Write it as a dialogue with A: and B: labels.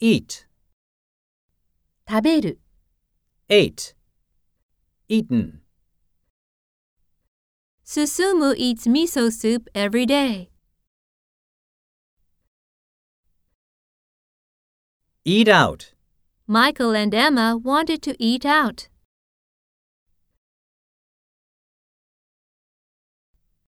A: Eat.
B: 食べる、
A: Ate. Eaten.
B: 進む eats miso soup every day.
A: Eat out.
B: Michael and Emma wanted to eat out.